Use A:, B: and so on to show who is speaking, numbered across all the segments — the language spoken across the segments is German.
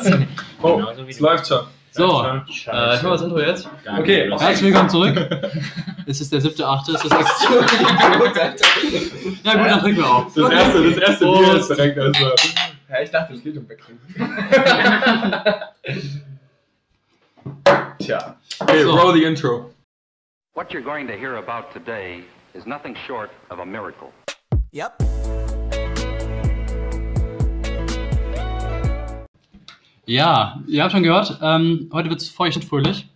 A: 18.
B: Oh,
C: Genauso Genau wie
B: es
C: du. Oh,
B: läuft schon.
A: So, äh,
B: Läuft
A: ich mache das Intro jetzt.
C: Gar
B: Okay,
C: nicht.
A: Herzlich willkommen zurück. Es ist der siebte, achte, es ist das erste.
D: Idiot, Alter.
A: Ja gut, dann trinken wir auch.
B: schon. Das erste, das erste Bier
A: Prost.
B: ist direkt erstmal.
D: Ja, ich dachte, es geht um Wegtrinken. Tja.
B: Okay,
A: So.
B: roll the intro.
E: What you're going to hear about today is nothing short of a miracle.
F: Yep.
A: Ja, ihr habt schon gehört, ähm, heute wird es feucht und fröhlich.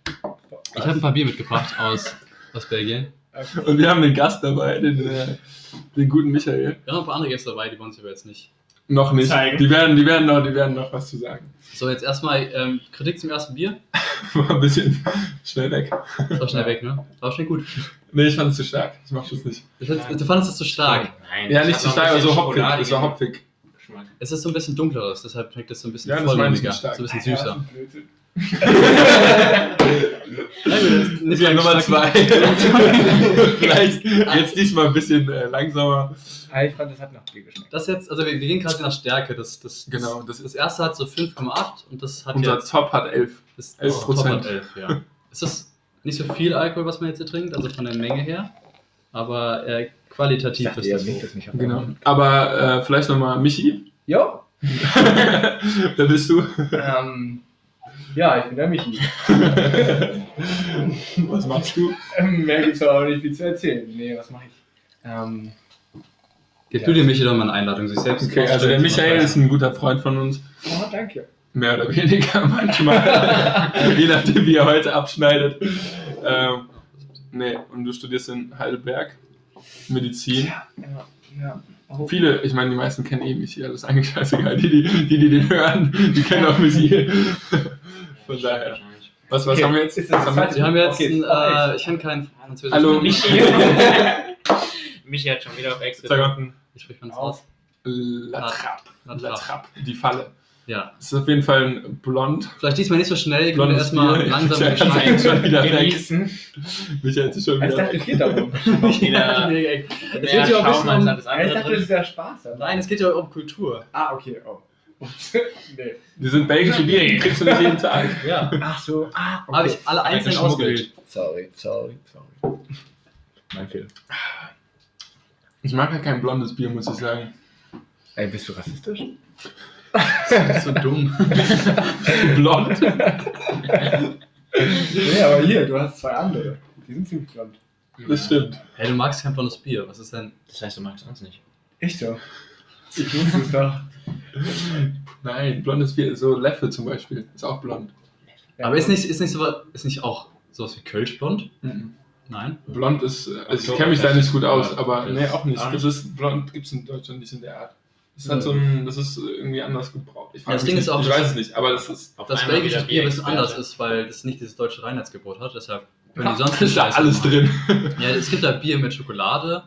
A: Ich habe ein paar Bier mitgebracht aus, aus Belgien.
B: Und wir haben den Gast dabei, den, äh, den guten Michael.
A: Wir haben noch ein paar andere Gäste dabei, die wollen sich aber jetzt nicht.
B: Noch nicht.
C: Zeigen.
B: Die werden, die, werden noch, die werden noch was zu sagen.
A: So, jetzt erstmal ähm, Kritik zum ersten Bier.
B: War ein bisschen schnell weg.
A: Das war schnell weg, ne? War schnell gut.
B: Nee, ich fand es zu stark. Ich mach das nicht.
A: Ich fand, du fandest das zu stark.
C: Nein,
B: Ja,
C: ich
B: nicht
C: hab
B: zu
C: noch
B: stark,
C: ein
B: aber
C: bisschen
B: so hopfig.
C: Schokolade
B: So
C: gegeben.
B: hopfig.
C: Geschmack.
A: Es ist so ein bisschen dunkleres, deshalb schmeckt es so ein bisschen
B: Ja, das meine ich
A: vollmundiger,
B: mit
A: so
B: stark.
A: ein bisschen süßer. Ja, gut, das ist
B: Das
A: nicht
B: wäre
A: ganz
B: Nummer zwei.
A: stark.
B: Vielleicht jetzt diesmal ein bisschen äh, langsamer.
D: Ja, Ah, ich fand, das hat nach Bier geschmeckt.
A: Das jetzt, also wir, wir gehen quasi nach Stärke. Das, das,
B: Genau,
A: das,
B: das
A: das erste hat so 5,8 und das hat
B: Unser
A: jetzt
B: Top hat 11.
A: das
B: 11%.
A: Top hat 11, ja. Es ist nicht so viel Alkohol, was man jetzt hier trinkt, also von der Menge her, aber äh,
D: Ich
A: qualitativ
D: dachte,
A: ist
D: ihr
A: das
D: legt
A: so.
D: das nicht auf
B: Genau. Aber äh, vielleicht nochmal Michi.
D: Jo.
B: Wer bist du?
D: Ähm, ja, ich bin der Michi.
B: Was machst du?
D: Ähm, Mehr gibt's aber auch nicht viel zu erzählen. Nee, was mache ich? Ähm,
A: Gib du dir Michi doch mal eine Einladung, sich selbst.
B: Okay, also der Michael ist ein guter Freund von uns.
D: oh, danke.
B: Mehr oder weniger manchmal. Je nachdem, wie er heute abschneidet. Ähm, nee, und du studierst in Heidelberg Medizin.
D: Ja, ja. Oh.
B: Viele, ich meine, die meisten kennen eh Michi, alles eigentlich scheißegal. Die, die, die, die den hören, die kennen auch Michi. Von daher. Was, was
D: Okay,
B: haben wir jetzt?
D: ist das
B: Was haben wir jetzt?
A: Wir haben jetzt,
D: Okay,
A: einen,
D: okay.
A: äh, ich kann kein Französisch.
B: Hallo,
A: Michi.
C: Michi hat schon wieder auf Ex
B: Sag mal,
A: Ich spreche ganz aus.
B: La Trappe. La
A: Latrap.
B: Trappe, die Falle.
A: Ja,
B: Das ist auf jeden Fall ein blond.
A: vielleicht diesmal nicht so schnell, ich würde
B: Blondes
A: erstmal
B: Bier.
A: langsam
B: Ja,
A: entscheiden.
B: schon wieder weg.
C: Genießen.
B: Michael ist schon
D: Ah, Ich
B: wieder
D: dachte,
B: weg.
D: es geht
C: Wieder
D: darum.
A: Nee, ey.
C: mehr
A: Es geht ja auch ein
C: Schaum als
A: bisschen um,
C: alles
D: Ja, ich
C: andere
D: dachte, das
C: drin.
D: ist ja Spaß. aber-
A: nein, es geht ja um Kultur.
D: Ah, okay. Oh. Ups. nee.
B: Die sind belgische Bier, die kriegst du nicht jeden Tag.
A: Ja.
D: Ach so. Ah, okay.
A: Habe ich alle einzeln ausgewählt.
D: Sorry, sorry, sorry. Mein Fehler.
B: Ich mag ja kein blondes Bier, muss ich sagen.
D: Ey, bist du rassistisch?
A: So dumm.
B: Blond?
D: Nee, aber hier, du hast zwei andere. Die sind ziemlich blond.
B: Das stimmt.
A: Hey, du magst kein blondes Bier. Was ist denn?
C: Das heißt, du magst uns nicht.
D: Echt so? Ich wusste es doch.
B: Nein, blondes Bier, so Leffe zum Beispiel, ist auch blond.
A: Aber ist nicht, ist nicht so ist nicht auch sowas wie Kölschblond?
B: Mhm.
A: Nein.
B: Blond ist, äh,
C: Ach so,
B: ich kenne mich da
C: das-
B: nicht gut aus,
C: ja,
B: aber
C: das-
B: nee, auch nicht.
C: auch
B: Das
C: nicht.
B: ist, blond gibt es in Deutschland nicht in der Art. Das ist, halt so ein, das ist irgendwie anders gebraucht. Ich, frag
A: Das
B: mich
A: Ding
B: nicht,
A: ist auch,
B: ich
A: dass-
B: weiß es nicht, aber das ist
C: Auf
A: Das
C: einmal
A: belgische
C: wieder
A: Bier ein bisschen
C: Bierexperte.
A: anders ist, weil das nicht dieses deutsche Reinheitsgebot hat. Deshalb können die sonst nicht
B: da
A: scheiße
B: alles
A: machen.
B: drin.
A: Ja, es gibt da Bier mit Schokolade.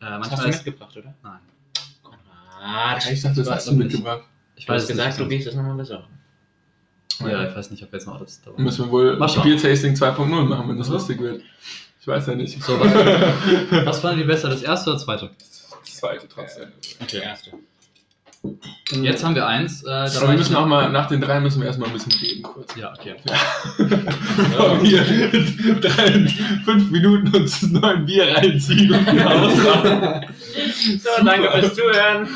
A: Äh,
C: Das hast du
A: manchmal ist.
C: mitgebracht, oder?
A: Nein.
C: Ah,
B: Ich dachte, das
A: weiß
B: hast du
A: noch nicht.
B: mitgebracht.
A: Ich
C: Du
A: weiß
C: hast
A: es
C: gesagt, du
A: nicht.
C: gehst das nochmal besser.
A: Ja, ich weiß nicht, ob wir jetzt noch alles dabei
B: Müssen wir wohl
A: Mal schauen.
B: Biertasting 2.0 machen, wenn das
A: Mhm.
B: lustig wird. Ich weiß ja nicht.
A: So, was, was fanden die besser, das erste oder das zweite?
B: Das zweite trotzdem.
C: Okay. Der erste.
A: Jetzt haben wir eins. Äh, da
B: Aber
A: war
B: Mhm. wir
A: ich-
B: müssen auch mal, nach den drei müssen wir erstmal ein bisschen reden kurz.
A: Ja, okay.
B: Komm hier, drei, fünf Minuten uns neun Bier reinziehen und wieder ausraten.
C: So, danke fürs Zuhören.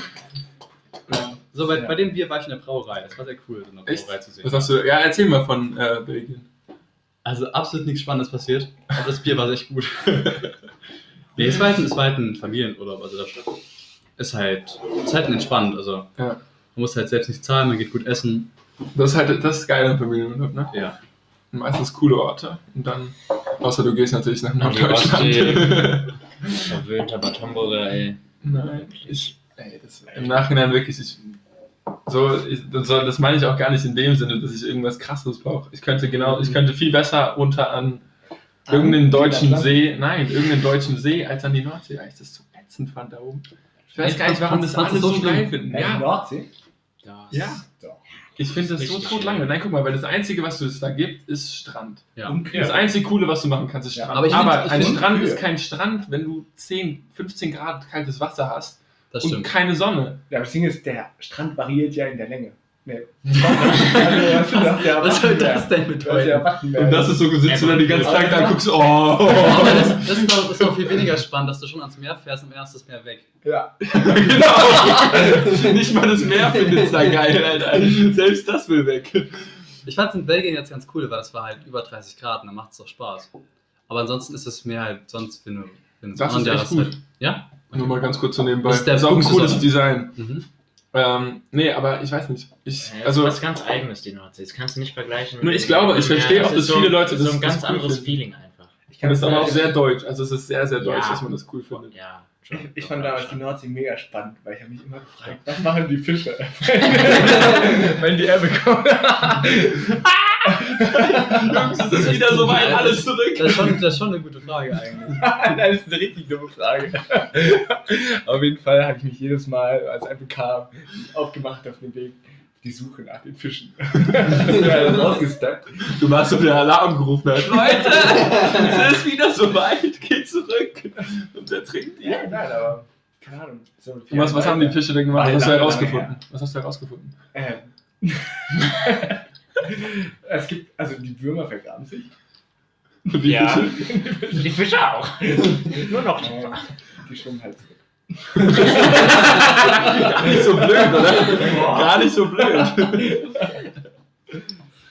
A: So, bei,
D: Ja.
A: bei dem Bier war ich in der Brauerei. Das war sehr cool, so eine
B: Echt?
A: Brauerei zu sehen.
B: Was hast du? Ja, erzähl mal von äh, Belgien.
A: Also absolut nichts Spannendes passiert, aber das Bier war echt gut. nee, es war, halt, ein- es war halt ein Familienurlaub, also das ist halt, ist halt entspannt, also
B: Ja.
A: man muss halt selbst nicht zahlen, man geht gut essen.
B: Das ist halt das ist geil am Familienurlaub, ne?
A: Ja.
B: Meistens coole Orte. Und dann, außer du gehst natürlich nach
C: An die
B: Norddeutschland.
C: Verwöhnter Batomburger, ey.
B: Nein, ich, ey, das, im Nachhinein wirklich, ich, so, ich, das soll- das meine ich auch gar nicht in dem Sinne, dass ich irgendwas krasses brauche. Ich könnte genau, ich könnte viel besser unter an irgendeinen deutschen
D: Atlantik?
B: See, nein, irgendeinen deutschen See als an die Nordsee, weil ich das so ätzend fand da oben. Ich weiß
A: Echt?
B: gar nicht, warum das
A: Fandst-
B: alle
A: fandst
B: so
A: du so
B: geil
A: schlimm?
B: finden.
D: Hey,
B: Ja,
D: Äh, Nordsee?
C: Das-
B: Ja.
D: Doch.
B: ich finde das so
C: Richtig
B: tot lange.
C: schlimm.
B: Nein, guck mal, weil das Einzige, was es da gibt, ist Strand.
A: Ja.
D: Und Kühe.
B: Das einzige Coole, was du machen kannst, ist
D: Ja,
B: Strand.
A: aber
B: aber
A: ich find- ich
B: ein
A: find-
B: Strand ist kein Strand, wenn du 10, 15 Grad kaltes Wasser hast
A: Das
B: und
A: stimmt.
B: keine Sonne.
D: Ja, aber das Ding ist, der Strand variiert ja in der Länge. Nee. Was
A: Was soll das
D: Das
A: denn
D: ist ja
A: bedeuten?
D: Wattenberg.
B: Und das ist so, du sitzt du da den ganzen Tag da und guckst, oh.
A: Aber das, das, ist doch, das ist doch viel weniger spannend, dass du schon ans Meer fährst und erst das Meer weg.
D: Ja.
B: genau. Nicht mal das Meer findet's da geil, Alter. Selbst das will weg.
A: Ich fand es in Belgien jetzt ganz cool, weil es war halt über 30 Grad und da macht es doch Spaß. Aber ansonsten ist das Meer halt sonst für eine, für eine
B: Das ist echt
A: Jahreszeit.
B: gut.
A: Ja?
B: Nur mal ganz kurz so nebenbei.
A: Das ist der
B: ist auch ein
A: Punkt,
B: cooles
A: ist auch-
B: Design.
A: Mhm.
B: Ähm, nee, aber ich weiß nicht. Ich,
C: Das also,
B: also,
C: ist was ganz Eigenes, die Nordsee. Das kannst du nicht vergleichen.
B: Nur ich glaube, ich verstehe auch,
C: es
B: dass
C: ist
B: viele
C: so,
B: Leute
C: so
B: das-
C: ein
B: das
C: ganz
B: cool
C: anderes
B: finden.
C: Feeling einfach.
D: Ich
B: das ist aber auch
D: ich-
B: sehr deutsch. Also, es ist sehr, sehr deutsch,
C: Ja.
B: dass man das cool findet.
C: Ja. schon.
D: Ich fand damals die
C: Schon.
D: Nordsee mega spannend, weil ich habe mich immer gefragt, was machen die Fische, wenn die Ebbe kommt.
B: Jungs, es
A: ist wieder so weit, alles
B: zurück.
A: Das, ist schon, das ist schon eine gute Frage eigentlich.
D: das ist eine richtig dumme Frage. Auf jeden Fall habe ich mich jedes Mal, als Ebbe kam, aufgemacht auf dem Weg auf die Suche nach den Fischen. ja, rausgesteppt.
B: Du warst so der Alarm gerufen hat. Leute, es ist wieder so weit, geht zurück. Und der trinkt
D: Ja,
B: ihr.
D: nein, aber keine Ahnung. So mit
B: Und was, was haben die Fische denn gemacht? Was hast du herausgefunden? Was hast du herausgefunden?
D: Ähm. es gibt, also die Würmer vergraben sich.
B: Wie
C: Ja.
B: Fische?
C: Die Fische auch. Nur noch die
D: Nein,
C: Fische.
D: Ähm, die schwimmen halt zurück.
B: Gar nicht so blöd, oder? Gar nicht so blöd.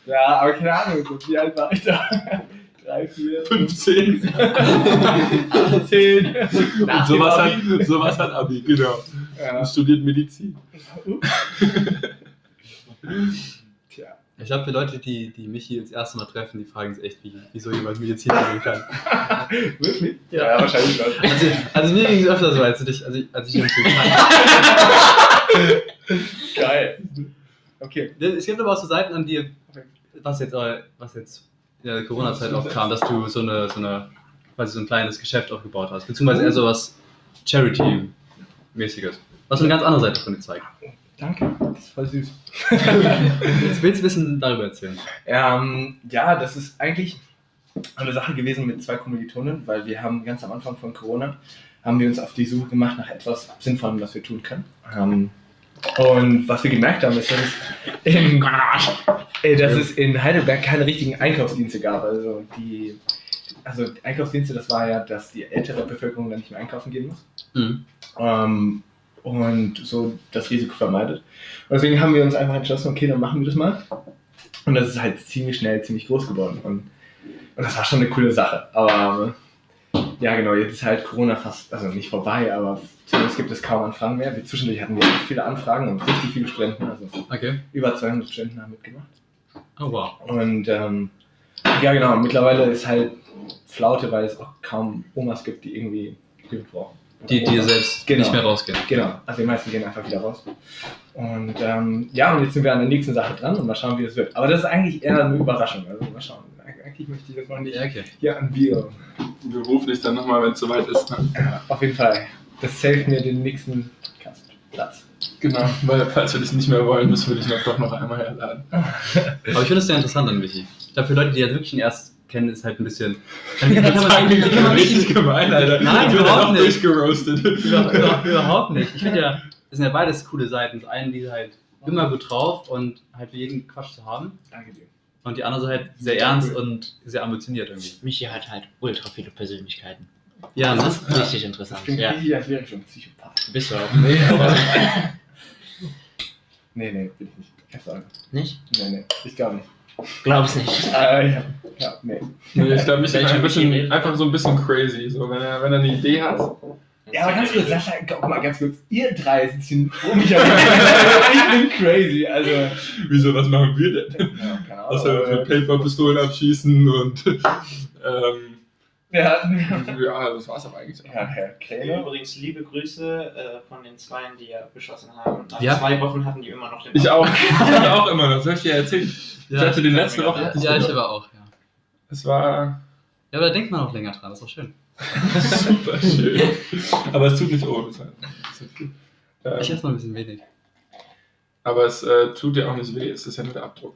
D: Ja, aber keine Ahnung, so wie alt war ich da? Drei, vier,
B: 15.
D: 18.
B: Und sowas hat, sowas hat Abi, genau.
D: Ja.
B: Und studiert Medizin.
D: Tja.
A: Ich glaube, für Leute, die, die mich hier das erste Mal treffen, die fragen sich echt, wie, wieso jemand Medizin machen kann.
D: Wirklich?
A: Ja.
D: wahrscheinlich schon.
A: Also, also mir ging es öfter so, als ich, als ich, als ich jemanden gekannt habe.
D: Geil. Okay.
A: Es gibt aber auch so Seiten an dir, was jetzt, äh, was jetzt in der Corona-Zeit auch kam, dass du so eine, so eine, quasi so ein kleines Geschäft aufgebaut hast, beziehungsweise eher so was Charity-mäßiges, was eine ganz andere Seite von dir zeigt.
D: Danke. Das ist voll süß.
A: Jetzt willst du ein bisschen darüber erzählen.
D: Ähm, ja, das ist eigentlich eine Sache gewesen mit zwei Kommilitonen, weil wir haben ganz am Anfang von Corona, haben wir uns auf die Suche gemacht nach etwas Sinnvollem, was wir tun können. Ähm, und was wir gemerkt haben, ist, dass es in, äh, dass es in Heidelberg keine richtigen Einkaufsdienste gab. Also die, also die Einkaufsdienste, das war ja, dass die ältere Bevölkerung dann nicht mehr einkaufen gehen muss
A: Mhm.
D: ähm, und so das Risiko vermeidet. Und deswegen haben wir uns einfach entschlossen, okay, dann machen wir das mal. Und das ist halt ziemlich schnell, ziemlich groß geworden. Und, und das war schon eine coole Sache. Aber ähm, ja, genau, jetzt ist halt Corona fast, also nicht vorbei, aber zumindest gibt es kaum Anfragen mehr. Wir zwischendurch hatten wir echt viele Anfragen und richtig viele Studenten, also
A: Okay.
D: über 200 Studenten haben mitgemacht.
A: Oh wow.
D: Und ähm, ja, genau, mittlerweile ist halt Flaute, weil es auch kaum Omas gibt, die irgendwie Hilfe brauchen.
A: Die, die selbst
D: Genau.
A: nicht mehr rausgehen.
D: Genau, also die meisten gehen einfach wieder raus. Und ähm, ja, und jetzt sind wir an der nächsten Sache dran und mal schauen, wie das wird. Aber das ist eigentlich eher eine Überraschung. Also mal schauen. Eig- Eigentlich möchte ich das noch nicht
A: Ja, okay.
D: hier an Bio.
B: Wir rufen dich dann nochmal, wenn es soweit ist. Ne?
D: Ja, auf jeden Fall. Das hilft mir den nächsten Platz.
B: Genau, weil falls wir dich nicht mehr wollen, müssen wir dich noch, doch noch einmal herladen.
A: Aber ich finde es sehr interessant an Michi. Ich glaube, für Leute, die ja wirklich ihn erst kennen, ist halt ein bisschen. Dann
B: Ich würde sagen,
A: die
B: ich
A: kann
B: bin
A: man
B: richtig gemein, Alter.
A: Nein,
B: ich bin
A: überhaupt
B: auch
A: nicht. Über,
B: durchgerostet.
A: über, überhaupt nicht. Ich finde ja, das sind ja beides coole Seiten. Das eine, die halt immer gut drauf und halt für jeden Quatsch zu haben.
D: Danke dir.
A: Und die andere ist halt sehr ernst und sehr ambitioniert irgendwie.
C: Michi hat halt ultra viele Persönlichkeiten.
A: Ja, ne?
C: Das ist richtig interessant.
D: Klingt
C: Ja,
D: richtig, als wäre ich schon Psychopath.
C: bist du auch.
D: Nee, aber. nee, nee, bin ich nicht. Keine Sorge.
C: Nicht?
D: Nee, nee, ich glaube nicht.
C: Glaub's nicht.
D: Äh, ja, ja, nee.
B: Nee, ich glaube, mich ist
C: Welche
B: ein bisschen,
C: Idee?
B: einfach so ein bisschen crazy. So, wenn, er, wenn er eine Idee hat.
D: Ja, aber ganz kurz, Sascha, guck mal, ganz kurz, ihr drei sitzt hier um mich herum. Ich bin crazy, also.
B: Wieso, was machen wir denn?
D: Ja, keine Ahnung.
B: Außer mit Paperpistolen abschießen und. Ähm,
D: Ja,
B: ja, das war's aber eigentlich.
D: ja, Herr
B: Mhm.
D: Krämer.
F: Übrigens, liebe Grüße äh, von den Zweien, die ja geschossen haben. Nach
A: Ja.
F: zwei Wochen hatten die immer noch den
B: Ich auch. Ich hatte auch immer noch. Soll ich dir erzählen?
A: Ja,
B: ich hatte den letzten
F: ja,
B: auch.
A: ja,
B: richtig
A: ja, ich
B: gedacht.
A: aber auch, ja.
B: Es war
A: Ja, aber da denkt man auch länger dran, das ist auch schön.
B: super schön. Aber es tut nicht oh, das ist halt viel. Ähm,
A: Ich esse mal ein bisschen wenig.
B: aber es äh, tut dir auch nicht weh. Es ist ja nur der Abdruck.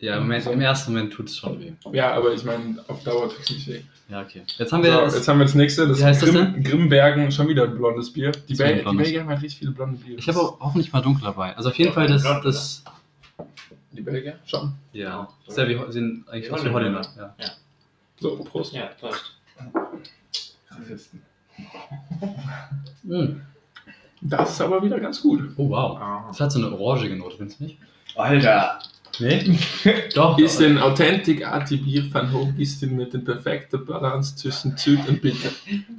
A: Ja, im, Moment, im ersten Moment tut es schon weh.
B: Ja, aber ich meine, auf Dauer tut es nicht weh.
A: Ja, okay. Jetzt haben
B: So,
A: wir das,
B: jetzt haben wir das nächste, das
A: Wie heißt das
B: Grimm, Grimmbergen, schon wieder ein blondes Bier. Die,
A: Zwei
B: Bel die
A: blondes.
B: Belgier haben halt richtig viele blonde Biere.
A: Ich habe auch hoffentlich mal dunkel dabei. Also auf jeden Fall das, das
B: Die Belgier? Schon.
A: ja, ist ja wie, sind eigentlich aus wie Holländer. Ja.
B: So, Prost.
F: Ja, Prost.
D: Rassisten.
A: Mm.
B: Das ist aber wieder ganz gut.
A: Oh wow,
B: Ah.
A: das hat so eine orangige Note, findest du nicht?
D: Alter.
A: Nee? Doch.
B: Ist
A: doch.
B: ein authentic Arti-Bier von Hoch ist denn mit der perfekten Balance zwischen Süd und Bitter.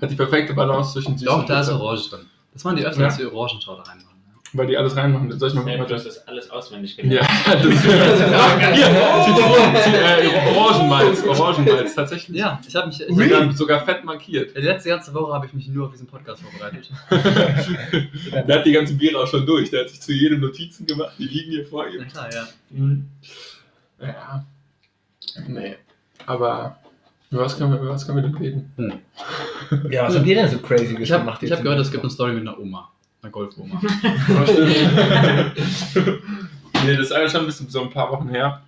B: Hat die perfekte Balance zwischen Süd
A: Doch,
B: und
A: da ist
B: Bitter.
A: Orange drin. Das waren die öfter,
B: Ja.
A: dass wir Orangenschau da reinmachen.
B: Weil die alles reinmachen. Soll ich mal
F: Ja,
B: mal
F: du
B: das?
F: hast das alles auswendig gelernt.
B: Ja, das ist Hier, Zitronen, Zit- äh, Orangenmalz, Orangenmalz, tatsächlich.
A: Ja, ich habe mich. Ich hab
B: Sogar,
A: grad,
B: sogar fett markiert.
A: die letzte ganze Woche habe ich mich nur auf diesen Podcast vorbereitet.
B: Der hat die ganzen Biere auch schon durch. Der hat sich zu jedem Notizen gemacht. Die liegen hier vor
A: Na
B: ihm.
A: klar, ja.
B: Mhm. Ja. Nee. Aber über was können wir, über was können wir denn reden?
D: Ja, was habt ihr denn so crazy
A: Ich habe
D: gemacht?
A: hab
D: jetzt?
A: gehört, es gibt eine Story mit einer Oma. Einer Golfoma.
B: nee, das ist alles schon ein bisschen so ein paar Wochen her.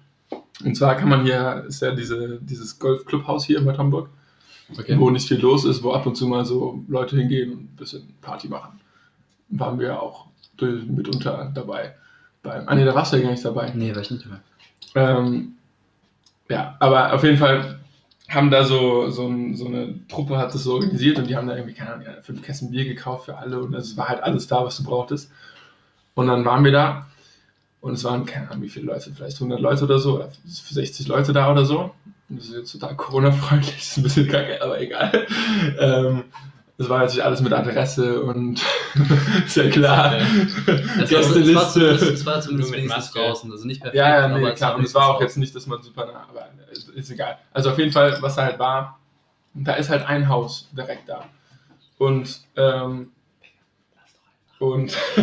B: Und zwar kann man hier, ist ja diese, dieses Golfclubhaus hier in Bad Homburg.
A: Okay.
B: wo nicht viel los ist, wo ab und zu mal so Leute hingehen und ein bisschen Party machen. Waren wir auch durch- mitunter dabei. Beim, ah ne, da warst du ja gar nicht dabei.
A: Nee, war ich nicht mehr.
B: Ähm, ja, aber auf jeden Fall haben da so, so, ein, so eine Truppe hat das so organisiert und die haben da irgendwie, keine Ahnung, fünf Kästen Bier gekauft für alle und es war halt alles da, was du brauchtest. Und dann waren wir da und es waren, keine Ahnung, wie viele Leute, vielleicht 100 Leute oder so, oder 60 Leute da oder so. Und Das ist jetzt total Corona-freundlich, ist ein bisschen kacke, aber egal. Ähm, das war natürlich alles mit Adresse und ist ja klar.
A: Es war, es war,
B: Gästeliste.
A: es war, es war zumindest
F: mit
A: wenigstens
F: Maske.
A: draußen. Also nicht perfekt.
B: Ja, ja, nee,
A: aber
B: klar. Und es war auch jetzt nicht, dass man super nah, aber ist, ist egal. Also auf jeden Fall, was da halt war, da ist halt ein Haus direkt da. Und, ähm, und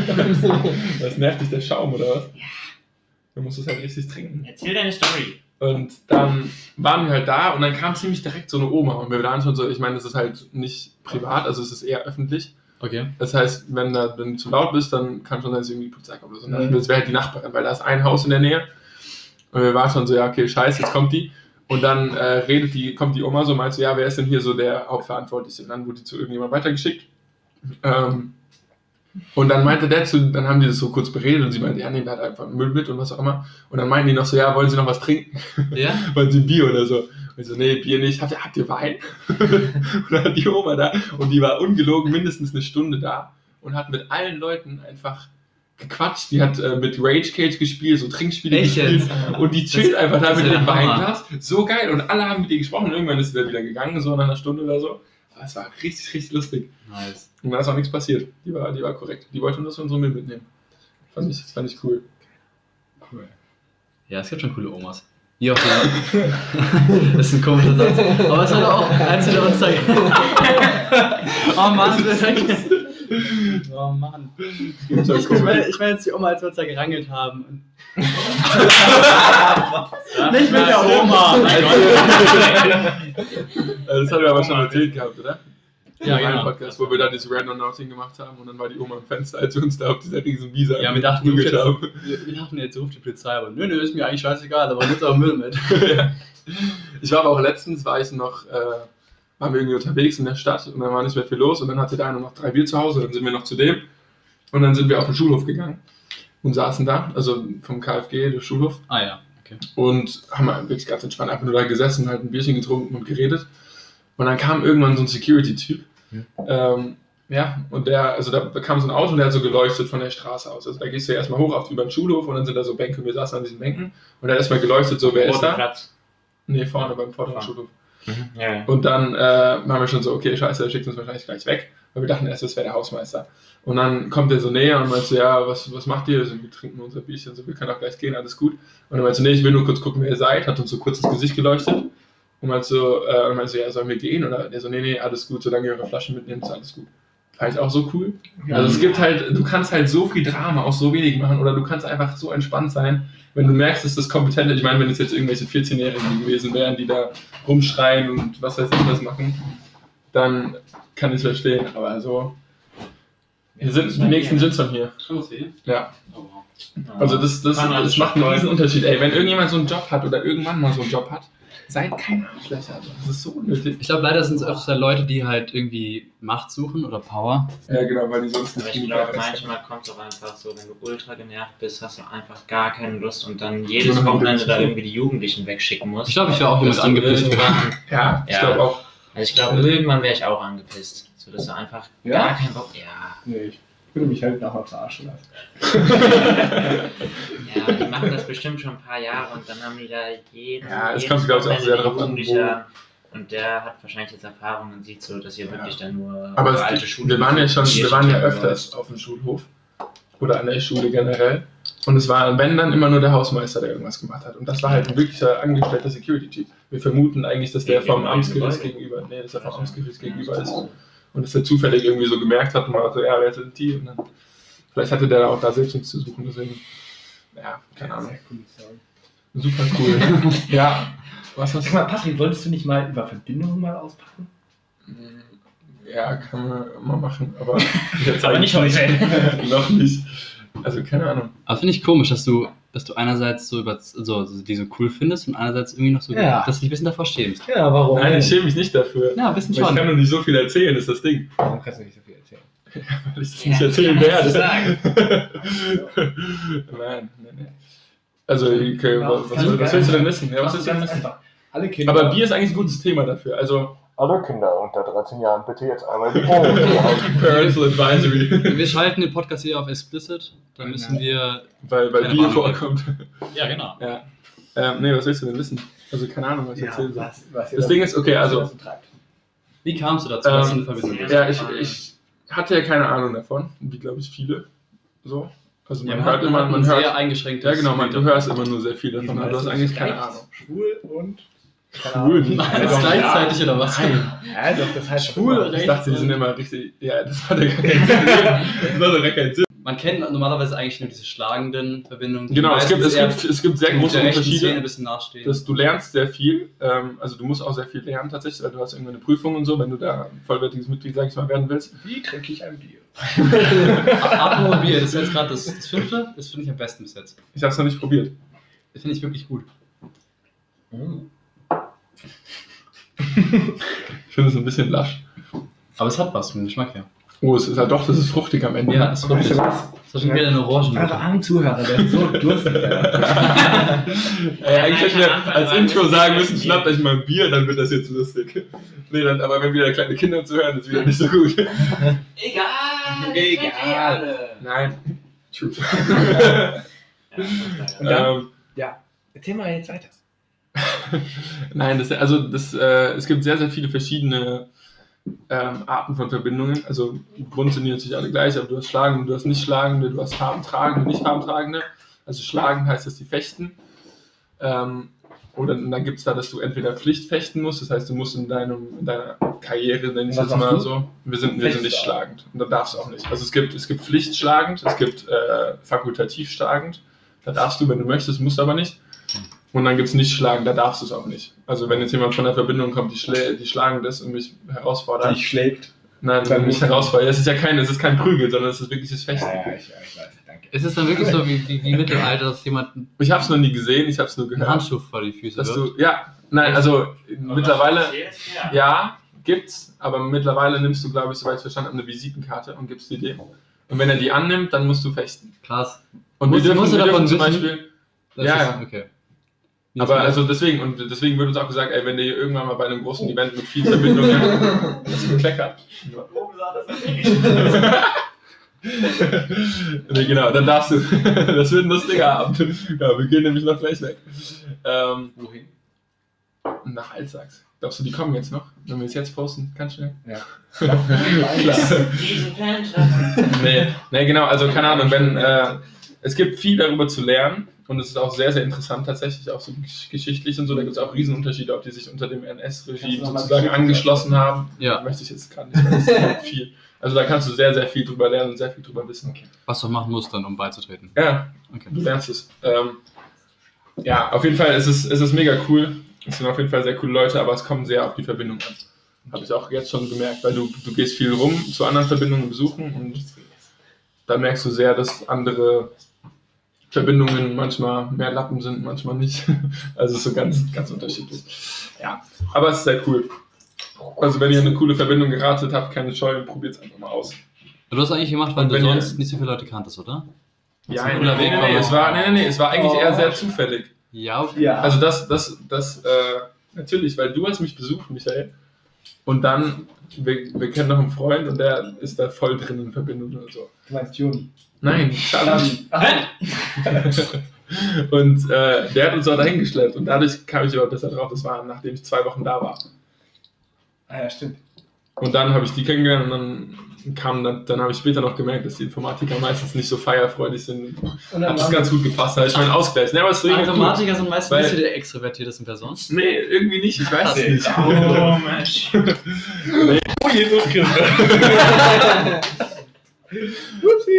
B: das nervt dich der Schaum, oder was? Ja. Du musst es halt richtig trinken.
F: Erzähl deine Story.
B: Und dann waren wir halt da und dann kam ziemlich direkt so eine Oma. Und wir waren schon so, ich meine, das ist halt nicht privat, also es ist eher öffentlich.
A: Okay.
B: Das heißt, wenn, da, wenn du zu laut bist, dann kann schon sein, dass irgendwie die Polizei kommt oder so.
D: Mhm.
B: Das wäre halt die Nachbarin, weil da ist ein Haus in der Nähe. Und wir waren schon so, ja, okay, scheiße, jetzt kommt die. Und dann äh, redet die, kommt die Oma so und meint so, ja, wer ist denn hier so der Hauptverantwortliche? Und dann wurde die zu irgendjemand weitergeschickt. Ähm, und dann meinte der zu, dann haben die das so kurz beredet und sie meinte, ja, nee, der hat einfach Müll mit und was auch immer. Und dann meinten die noch so, ja, wollen sie noch was trinken?
A: Ja?
B: wollen Sie ein Bier oder so? Und ich so, nee, Bier nicht. Habt ihr, habt ihr Wein? und dann hat die Oma da. Und die war ungelogen mindestens eine Stunde da und hat mit allen Leuten einfach gequatscht. Die hat äh, mit Rage Cage gespielt, so Trinkspiele
A: Echt
B: gespielt.
A: jetzt?
B: Und die chillt
A: Das-
B: einfach da
A: das
B: mit
A: ist ja
B: dem
A: der Hammer.
B: Weinglas. So geil. Und alle haben mit ihr gesprochen. Irgendwann ist sie dann wieder gegangen, so nach einer Stunde oder so. Aber es war richtig, richtig lustig.
A: Nice.
B: Und da ist auch nichts passiert. Die war, die war korrekt. Die wollte uns unsere Müll mitnehmen. Fand ich, fand ich cool.
A: Ja, es gibt schon coole Omas. Die auch so. das ist ein komischer Satz. Aber es war doch auch, als wir uns da. oh Mann, das ist Oh Mann.
B: Das war
A: Ich, ich,
B: cool.
A: meine, ich meine jetzt die Oma, als wir uns da gerangelt haben. Und Nicht mit der Oma.
B: Äh, Das haben wir aber schon erzählt gehabt, oder?
A: Ja,
B: In einem
A: genau.
B: Podcast, wo wir da dieses Random Nothing gemacht haben und dann war die Oma im Fenster, als wir uns da auf dieser riesen Wiese
A: Ja, wir dachten,
B: geprügelt
A: jetzt-
B: haben.
A: Wir, wir dachten jetzt, ruft die Polizei. Und nö, nö, ist mir eigentlich scheißegal, aber nimmt auch Müll mit.
B: Ich war aber auch letztens, war ich noch, äh, waren wir irgendwie unterwegs in der Stadt und dann war nicht mehr viel los und dann hatte der eine noch drei Bier zu Hause, dann sind wir noch zu dem und dann sind wir auf den Schulhof gegangen und saßen da, also vom KfG, der Schulhof,
A: Ah ja, okay.
B: und haben halt wirklich ganz entspannt einfach nur da gesessen, halt ein Bierchen getrunken und geredet. Und dann kam irgendwann so ein Security-Typ. Ähm, ja, und der, also da kam so ein Auto und der hat so geleuchtet von der Straße aus. Also da gehst du ja erstmal hoch auf, über den Schulhof und dann sind da so Bänke. Wir saßen an diesen Bänken und der hat erstmal geleuchtet, so wer ist
F: Roten
B: da?
F: Platz.
B: Nee, vorne beim vorderen
F: Vorne.
B: Schulhof.
F: Ja, ja.
B: Und dann äh, waren wir schon so, okay, scheiße, der schickt uns wahrscheinlich gleich weg. Weil wir dachten erst, das wäre der Hausmeister. Und dann kommt er so näher und meint so, ja, was, was macht ihr? So, wir trinken unser Bierchen, so, wir können auch gleich gehen, alles gut. Und er meinte so, nee, ich will nur kurz gucken, wer ihr seid. Hat uns so kurz ins Gesicht geleuchtet. Und meinte so, äh, und meinte so ja, sollen wir gehen? Oder der so, nee, nee, alles gut, solange ihr eure Flaschen mitnehmt, ist alles gut. Fand ich auch so cool. Also es gibt halt, du kannst halt so viel Drama aus so wenig machen oder du kannst einfach so entspannt sein, wenn du merkst, dass das kompetente, ich meine, wenn es jetzt irgendwelche 14-Jährigen gewesen wären, die da rumschreien und was weiß ich was machen, dann kann ich verstehen, aber so Wir sind, die nächsten sind schon hier. Ja. Also das, das,
F: Kann alles
B: das macht einen
F: schon.
B: riesen Unterschied. Ey, wenn irgendjemand so einen Job hat oder irgendwann mal so einen Job hat, seid kein Arschlöcher. Das ist so unnötig.
A: Ich glaube, leider sind es öfter Leute, die halt irgendwie Macht suchen oder Power.
B: Ja, genau, weil die sonst
F: Aber
B: nicht
F: ich
B: genug
F: glaube,
B: Arbeit haben.
F: manchmal kommt es auch einfach so, wenn du ultra genervt bist, hast du einfach gar keine Lust und dann jedes
B: Mhm.
F: Wochenende da irgendwie die Jugendlichen wegschicken musst.
A: Ich glaube, ich wäre auch jemand
F: Dass du
A: angepisst.
F: irgendwann-
B: Ja, ich
F: Ja.
B: glaube auch.
F: Also ich glaube, irgendwann wäre ich auch angepisst. So dass du einfach
D: Ja?
F: gar keinen Bock. Ja.
D: Nee, ich würde mich halt nachher verarschen lassen.
F: Ja, die machen das bestimmt schon ein paar Jahre und dann haben die da jeden.
B: Ja, es
F: jeden
B: kommt, glaub ich, auch
F: Wochenende
B: sehr
F: die
B: drauf an, wo-
F: Jugendliche Und der hat wahrscheinlich jetzt Erfahrung und sieht so, dass ihr wirklich dann nur
B: Aber es,
F: eure alte Schule.
B: wir waren ja schon, wir waren ja
F: Schule-
B: öfters auf dem Schulhof oder an der Schule generell. Und es war, wenn dann immer nur der Hausmeister, der irgendwas gemacht hat. Und das war halt ein wirklicher angestellter Security-Typ. Wir vermuten eigentlich, dass der
F: Ja,
B: vom
F: ja, genau.
B: Amtsgericht
F: ja.
B: gegenüber, nee, dass er vom
F: Ja.
B: Amtsgericht gegenüber ist. Und dass er zufällig irgendwie so gemerkt hat, und mal so, ja, wer sind die? Und dann, vielleicht hatte der auch da selbst nichts zu suchen, deswegen, ja, keine Ahnung.
D: Sehr cool, sorry.
B: Super cool. ja. Was hast
D: Sag mal, Patrick, wolltest du nicht mal über Verbindungen mal auspacken?
B: Ja, kann man immer machen, aber jetzt
C: Aber nicht heute.
B: noch nicht. Also keine Ahnung.
A: Aber finde ich komisch, dass du, dass du einerseits so über also, so, so die so cool findest und einerseits irgendwie noch so,
D: Ja.
A: dass du dich ein bisschen davor schämst.
D: Ja, warum?
B: Nein, ich schäme mich nicht dafür.
A: Ja, ein bisschen
B: Ich kann
A: schon.
B: noch nicht so viel erzählen, ist das Ding.
D: Warum kannst du nicht so viel erzählen?
B: Weil ich das
F: Ja,
B: nicht erzählen
F: kann man
B: werde.
F: so sagen.
B: nein, nein, nein. Also, okay,
D: Ja,
B: was,
D: kann ich
B: was, was willst du denn wissen? Ja, was willst du denn
D: ganz
B: wissen?
D: einfach. Alle Kinder.
B: Aber Bier ist eigentlich ein gutes Thema dafür. Also,
G: Alle Kinder unter 13 Jahren bitte jetzt einmal die Ohren halten.
B: Parental Advisory.
A: Wir schalten den Podcast hier auf explicit. Dann müssen wir.
B: weil weil
A: Keine
B: Bier
A: Ahnung.
B: vorkommt.
C: Ja, genau.
B: Ja. Ähm, nee, was willst du denn wissen? Also, keine Ahnung, was ich
D: ja,
B: erzählen soll.
D: was, was ihr
B: Das Ding ist, okay,
D: was ihr
B: also,
D: da so treibt.
A: Wie kamst du dazu?
B: Ähm,
A: dass du eine Verbindung bist?
B: Ja, ich, ich hatte ja keine Ahnung davon, wie glaube ich viele. So. Also man
A: Ja,
B: hört immer,
A: hat
B: man
A: ein
B: hört.
A: sehr eingeschränktes
B: Ja genau, man, du
A: Bild.
B: hörst immer nur sehr viel davon, aber du hast eigentlich keine
D: Rechts,
B: Ahnung.
D: Schwul und. Keine
B: Schwul,
D: Ahnung.
B: nicht.
A: Alles
B: Doch,
A: gleichzeitig oder was?
B: Nein.
D: Ja, doch, das heißt
A: Schwul,
D: schon mal.
B: Ich dachte, die sind immer richtig. Ja, das war der gar keinen Sinn. Das war der gar keinen Sinn.
A: Man kennt normalerweise eigentlich nur diese schlagenden Verbindungen. die
B: Genau, es gibt, es,
A: meistens
B: gibt, es gibt sehr
A: eher
B: große
A: der rechten Szene
B: Unterschiede.
A: ein bisschen nachstehen.
B: dass du lernst sehr viel, ähm, also du musst auch sehr viel lernen tatsächlich, weil du hast irgendwann eine Prüfung und so, wenn du da ein vollwertiges Mitglied, sag ich mal, werden willst.
D: Wie trinke ich ein Bier?
A: Apropos Bier, das ist jetzt gerade das, das fünfte. Das finde ich am besten bis jetzt.
B: Ich habe es noch nicht probiert.
A: Das finde ich wirklich gut.
D: Hm.
B: Ich finde es ein bisschen lasch.
A: Aber es hat was mit dem Geschmack her.
B: Oh, es ist halt doch, das ist fruchtig am Ende.
A: Ja, es
D: Weißt du
A: ist
D: was?
A: schon wieder eine
D: Eure
A: Orangennote.
D: armen Zuhörer werden so durstig danach.
B: Ey, eigentlich hätten wir
F: Nein, am Anfang
B: als
F: war
B: Intro
F: das
B: sagen
F: nicht
B: müssen,
F: so
B: schnappt euch mal ein Bier, dann wird das jetzt lustig. Nee, dann, aber wenn wieder kleine Kinder zu hören, ist wieder nicht so gut.
F: Egal! eh Egal!
B: Nein. True.
D: Und dann-
B: ähm,
D: Erzähl mal jetzt weiter.
B: nein, das, also das, äh, es gibt sehr, sehr viele verschiedene ähm, Arten von Verbindungen. Also im Grund sind die natürlich alle gleich, aber du hast Schlagende, du hast nicht Schlagende, du hast Farbentragende, nicht Farbentragende. Also Schlagen heißt, dass die fechten. Ähm, oder und dann gibt es da, dass du entweder Pflicht fechten musst, das heißt, du musst in, deinem, in deiner Karriere, nenne ich
D: Was
B: jetzt
D: machst
B: mal
D: du?
B: so, wir sind, wir sind nicht
D: Fechtschlag.
B: schlagend. Und da darfst du auch nicht. Also es gibt, es gibt pflichtschlagend, es gibt äh, fakultativ schlagend, da darfst du, wenn du möchtest, musst aber nicht. Und dann gibt es nicht schlagend, da darfst du es auch nicht. Also wenn jetzt jemand von der Verbindung kommt, die, schlä die schlagend ist und mich herausfordert,
D: Dich schlägt.
B: nein,
D: dann
B: wenn mich
D: musst du-
B: herausfordert, es ist ja kein, es ist kein Prügel, sondern es ist wirkliches Fechten.
D: Ja, ja, ich, ja, ich weiß, danke.
A: Es ist dann wirklich so wie, wie, wie Mittelalter, dass jemand einen
B: Ich habe es noch nie gesehen, ich habe es nur gehört.
A: Handschuh vor die Füße
B: Dass
A: wirft.
B: du, ja, nein, also mittlerweile,
F: Ja.
B: Ja, gibt's, aber mittlerweile nimmst du, glaube ich, soweit ich verstanden habe, eine Visitenkarte und gibst die dem. Und wenn er die annimmt, dann musst du fechten.
A: Krass.
B: Und
A: Musst- musst du davon
B: zum
A: wissen?
B: Beispiel.
A: Das
B: Ja,
A: ist, okay.
B: Aber also deswegen, und deswegen wird uns auch gesagt, ey, wenn ihr irgendwann mal bei einem
D: Oh.
B: großen Event mit vielen Verbindungen das bekleckert. nee, genau, dann darfst du. das wird ein lustiger Abend. Ja, wir gehen nämlich noch gleich weg. Ähm,
D: Wohin?
B: nach Altsachs. Glaubst du, die kommen jetzt noch? Wenn wir es jetzt posten, ganz schnell.
D: Ja.
B: Klar.
F: Diesen Fan treffen.
B: Nee, nee, genau, also keine Ahnung, wenn äh, es gibt viel darüber zu lernen und es ist auch sehr, sehr interessant tatsächlich, auch so gesch- geschichtlich und so, da gibt es auch Riesenunterschiede, ob die sich unter dem
D: Kannst
B: NS-Regime
D: du noch mal
B: sozusagen
D: Geschichte
B: angeschlossen haben.
A: Ja.
B: Möchte ich jetzt gar nicht, weil das ist halt viel. Also da kannst du sehr, sehr viel drüber lernen und sehr viel drüber wissen.
A: was du machen musst, dann, um beizutreten.
B: Ja,
A: Okay.
B: du lernst es. Ähm, ja, auf jeden Fall ist es, ist es mega cool. Es sind auf jeden Fall sehr coole Leute, aber es kommt sehr auf die Verbindung an. Habe ich auch jetzt schon gemerkt, weil du, du gehst viel rum zu anderen Verbindungen besuchen und da merkst du sehr, dass andere Verbindungen manchmal mehr Lappen sind, manchmal nicht. Also es ist so ganz, ganz unterschiedlich. Ja, aber es ist sehr cool. Also wenn ihr in eine coole Verbindung geratet habt, keine Scheu, probiert es einfach mal aus.
A: Du hast eigentlich gemacht, weil
B: Und
A: du
B: wenn ihr-
A: sonst nicht so viele Leute kanntest, oder?
B: Ja,
A: ein
B: nee,
A: cooler
B: nee,
A: Weg,
B: nee, nee,
A: aber-
B: es war, nee, nee, nee, es war eigentlich
D: Oh.
B: eher sehr zufällig.
A: Ja, okay.
D: Ja.
B: Also das, das, das, äh, natürlich, weil du hast mich besucht, Michael. Und dann, wir, wir kennen noch einen Freund und der ist da voll drin in Verbindung oder so.
D: du meinst Juni.
B: Nein, Charlie. und äh, der hat uns auch dahin geschleppt und dadurch kam ich aber besser drauf. Das war, nachdem ich zwei Wochen da war.
D: Ah ja, stimmt.
B: Und dann habe ich die kennengelernt und dann kam, dann, dann habe ich später noch gemerkt, dass die Informatiker meistens nicht so feierfreudig sind.
D: Und
B: Hat
D: dann
B: das
D: waren
B: ganz gut gepasst, da habe ich meinen Ausgleich. Nee, aber es ist irgendwie cool.
A: Informatiker sind meistens
B: Weil-
A: nicht so die extrovertiertesten Personen.
B: Nee, irgendwie nicht, ich weiß es nicht.
F: Oh, Mensch.
D: wir- Oh, Jesus Christus.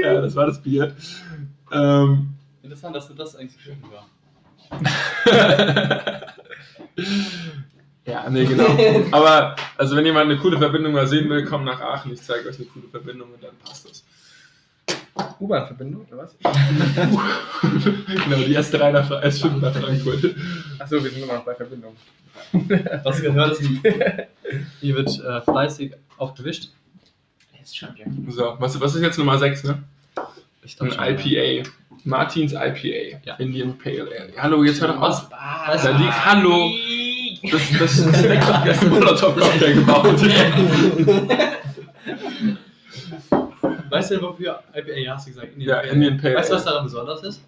B: Ja, das war das Bier. Ähm,
A: Interessant, dass du das eigentlich schön war.
B: ja, nee, genau. Aber also wenn jemand eine coole Verbindung mal sehen will, kommt nach Aachen. Ich zeige euch eine coole Verbindung und dann passt das.
D: U-Bahn-Verbindung, oder was?
B: genau, die S3 nach, S5 nach Frankfurt.
D: Achso, wir sind immer noch bei Verbindung.
A: Was gehört sie? Hier wird äh, fleißig aufgewischt.
C: Er ist schon wieder.
B: So, was, was ist jetzt Nummer 6, ne?
A: Ich glaub
B: Ein
A: schon, ja.
B: IPA. Martins IPA.
A: Ja.
B: Indian Pale Ale. Hallo, jetzt hör doch auf.
C: Was?
B: Da liegt, hallo. Das, das, das schmeckt doch gestern Molotov-Cocktail gebaut.
A: Weißt du denn, wofür IPA ja, hast du gesagt?
B: Ja, Indian Pale
A: Weißt du, was
B: Ale.
A: daran besonders ist?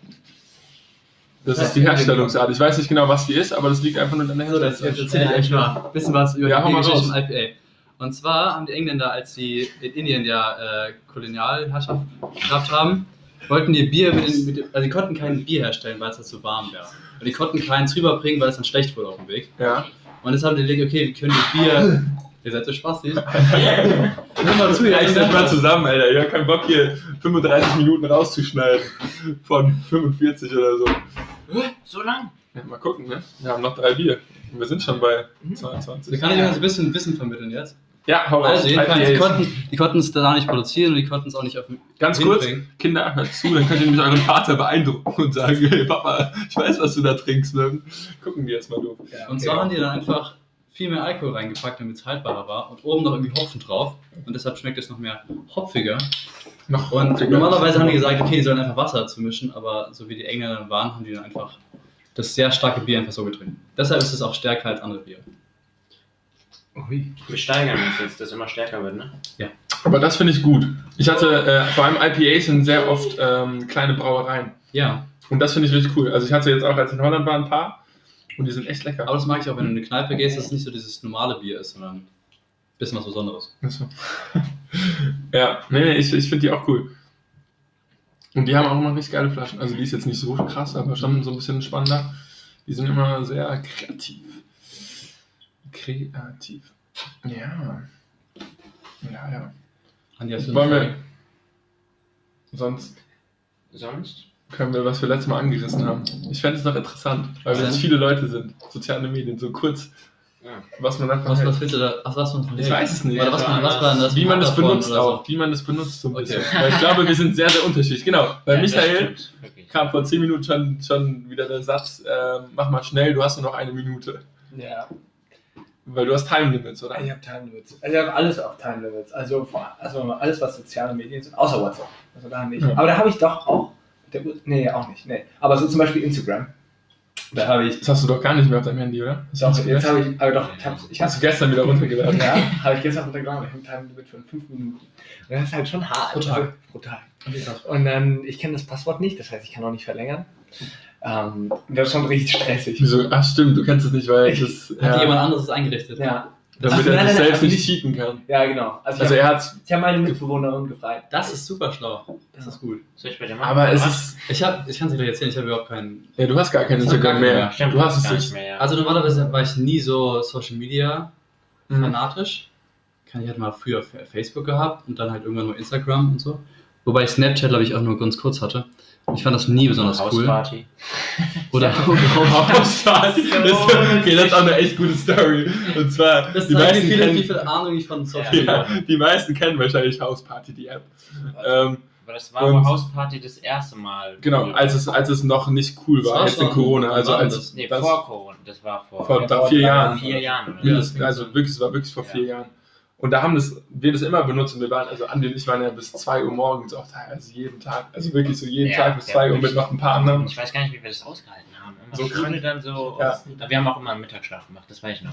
B: Das ist die Herstellungsart. Ich weiß nicht genau, was die ist, aber das liegt einfach nur an der
A: Also, das jetzt
B: Herstellungsart.
A: erzähle ich euch mal ein bisschen was über
B: Ja, hau
A: die
B: mal
A: Geschichte
B: raus.
A: vom IPA. Und zwar haben die Engländer, als sie in Indien ja äh, Kolonialherrschaft gehabt haben, wollten die Bier mit den, mit den, also die konnten kein Bier herstellen, weil es halt zu warm wäre. Und die konnten keins rüberbringen, weil es dann schlecht wurde auf dem Weg.
B: Ja.
A: Und deshalb haben die gedacht, okay, wir können die Bier, ihr seid so spaßig. Hör mal zu, ihr
B: Reicht nicht mal
A: Engländer.
B: zusammen, Alter. Ich hab keinen Bock hier 35 Minuten rauszuschneiden. Von 45 oder so.
C: So lang?
B: Ja, mal gucken, ne? Wir haben noch drei Bier. Und wir sind schon bei
A: Da
B: 22.
A: kann ich euch ein bisschen Wissen vermitteln jetzt.
B: Ja, hau raus.
A: Also jedenfalls, die
B: IPAs.
A: konnten, die konnten es da nicht produzieren und die konnten es auch nicht auf dem
B: Ganz kurz,
A: hinbringen.
B: Kinder, hört zu, dann könnt ihr nämlich euren Vater beeindrucken und sagen, hey Papa, ich weiß, was du da trinkst. Ne? Gucken die erst mal doof.
D: Ja,
A: Und
D: okay.
A: so haben die dann einfach viel mehr Alkohol reingepackt, damit es haltbarer war und oben noch irgendwie Hopfen drauf und deshalb schmeckt es noch mehr hopfiger.
B: Noch
A: Und
B: Digga.
A: normalerweise haben die gesagt, okay, die sollen einfach Wasser dazu mischen, aber so wie die Engländer dann waren, haben die dann einfach das sehr starke Bier einfach so getrunken. Deshalb ist es auch stärker als andere Bier.
D: Ui.
F: Wir steigern uns jetzt, dass es immer stärker wird, ne?
B: Aber das finde ich gut. Ich hatte, äh, vor allem IPAs sind sehr oft ähm, kleine Brauereien.
A: Ja,
B: Und das finde ich richtig cool. Also ich hatte jetzt auch, als ich in Holland war, ein paar. Und die sind echt lecker.
A: aber das mag ich auch, wenn du in eine Kneipe gehst, dass es nicht so dieses normale Bier ist, sondern ein bisschen was Besonderes.
B: Achso. ja, nee, nee, ich, ich finde die auch cool. Und die haben auch immer richtig geile Flaschen. Also die ist jetzt nicht so krass, aber schon so ein bisschen spannender. Die sind immer sehr kreativ. Kreativ. Ja. Ja, ja.
A: Andi, hast du
B: Wollen
A: eine
B: wir.
A: Frage?
B: Sonst
F: Sonst?
B: können wir, was wir letztes Mal angerissen haben. Ich fände es noch interessant, weil wir
A: Was
B: jetzt
A: denn?
B: viele Leute sind. Soziale Medien, so kurz,
F: Ja.
B: was man davon
A: Was,
B: hält.
A: was willst du da? Ach, was man von
B: Ich weiß es nicht.
A: Oder was, man, was war denn das?
B: wie man das
A: davon
B: benutzt
A: oder so?
B: auch, wie man das benutzt so ein
A: Okay.
B: bisschen. Weil ich glaube, wir sind sehr, sehr unterschiedlich. Genau, bei
F: Ja, das
B: Michael
F: stimmt, wirklich.
B: kam vor 10 Minuten schon, schon wieder der Satz, ähm, mach mal schnell, du hast nur noch eine Minute.
D: Ja,
B: Weil du hast Ah, Time Limits, oder?
D: ich habe Time Limits. Also ich habe alles auf Time Limits. Also, vor- also alles, was soziale Medien sind, außer WhatsApp. Also da nicht.
B: Ja.
D: Aber da habe ich doch auch. Der, Ur- nee, auch nicht. Nee. Aber so zum Beispiel Instagram. Da habe ich.
B: Das hast du doch gar nicht mehr auf deinem Handy, oder? Das
D: Doch,
B: hast, du
D: jetzt
B: gestern,
D: habe ich. Aber doch, ich habe ich
B: hast du
D: hab's-
B: gestern wieder runtergeladen.
D: Ja, habe ich gestern runtergeladen. Ich habe ein Time Limit von 5 Minuten. Und das ist halt schon hart.
A: Pro Tag.
D: Also, pro Tag. Und dann, ich kenne das Passwort nicht, das heißt, ich kann auch nicht verlängern. Ähm, das ist schon richtig stressig.
B: Wieso? Ach stimmt, du kennst es nicht, weil
D: Ich-
B: das,
A: Hat
B: ja,
A: dir jemand anderes das eingerichtet?
D: Ja,
B: damit er
D: Ach, nein,
B: sich
D: nein,
B: selbst
D: also
B: nicht
D: nicht-
B: cheaten kann.
D: ja genau. Also,
B: Also
D: ich
B: er
D: habe
B: hat,
D: ich hab meine Mitbewohnerin gefragt.
A: Das ist super schlau. Das ist gut.
F: Soll ich bei dir machen?
B: aber es ist,
A: Ich, hab, ich kann es dir gleich erzählen, ich habe überhaupt keinen.
B: ja, du hast gar kein
A: Ich hab gar
B: Instagram
A: keinen
B: mehr.
F: Stimmt,
B: Du hast es
F: gar nicht
B: nicht.
F: mehr, ja.
A: Also normalerweise war ich nie so Social Media
B: Mhm.
A: fanatisch. Kann ich hatte mal früher Fa- Facebook gehabt und dann halt irgendwann nur Instagram und so. Wobei Snapchat, glaube ich, auch nur ganz kurz hatte. Ich fand das nie besonders cool.
F: Hausparty.
A: Oder
B: Das war- Oh, das- okay, das ist auch eine echt gute Story. Und zwar,
A: Das
B: die
A: zeigt wie
B: meisten,
A: viel, wie
B: kennen,
A: viel Ahnung ich von Social Media
B: ja,
A: habe.
B: die meisten kennen wahrscheinlich Hausparty, die App. Ähm,
F: Aber Äh, das war
B: Und-
F: bei Hausparty das erste Mal.
B: Genau, als es, als es noch nicht cool
A: Das
B: war,
A: war
B: jetzt in
A: schon-
B: Corona. Also
A: war
B: als
A: das-
F: Nee,
B: das-
F: vor Corona. Das war vor.
B: vor
F: ja,
B: drei-
F: vor
B: vier
F: drei-
B: Jahren.
F: Vier Jahren. Oder?
B: mindestens, also wirklich, es war wirklich vor
F: Ja.
B: vier Jahren. Und da haben das, wir das immer benutzt und wir waren, also Andi und ich waren ja bis 2 Uhr morgens auch teilweise jeden Tag, also wirklich so jeden
F: Ja,
B: Tag bis
F: ja,
B: 2 Uhr mit
F: wirklich.
B: noch ein paar anderen.
F: Ich weiß gar nicht, wie wir das ausgehalten haben. Immer
B: So
F: so
B: krank.
F: Schule dann so.
B: Ja.
F: Wir haben auch immer einen Mittagsschlaf gemacht, das weiß ich noch.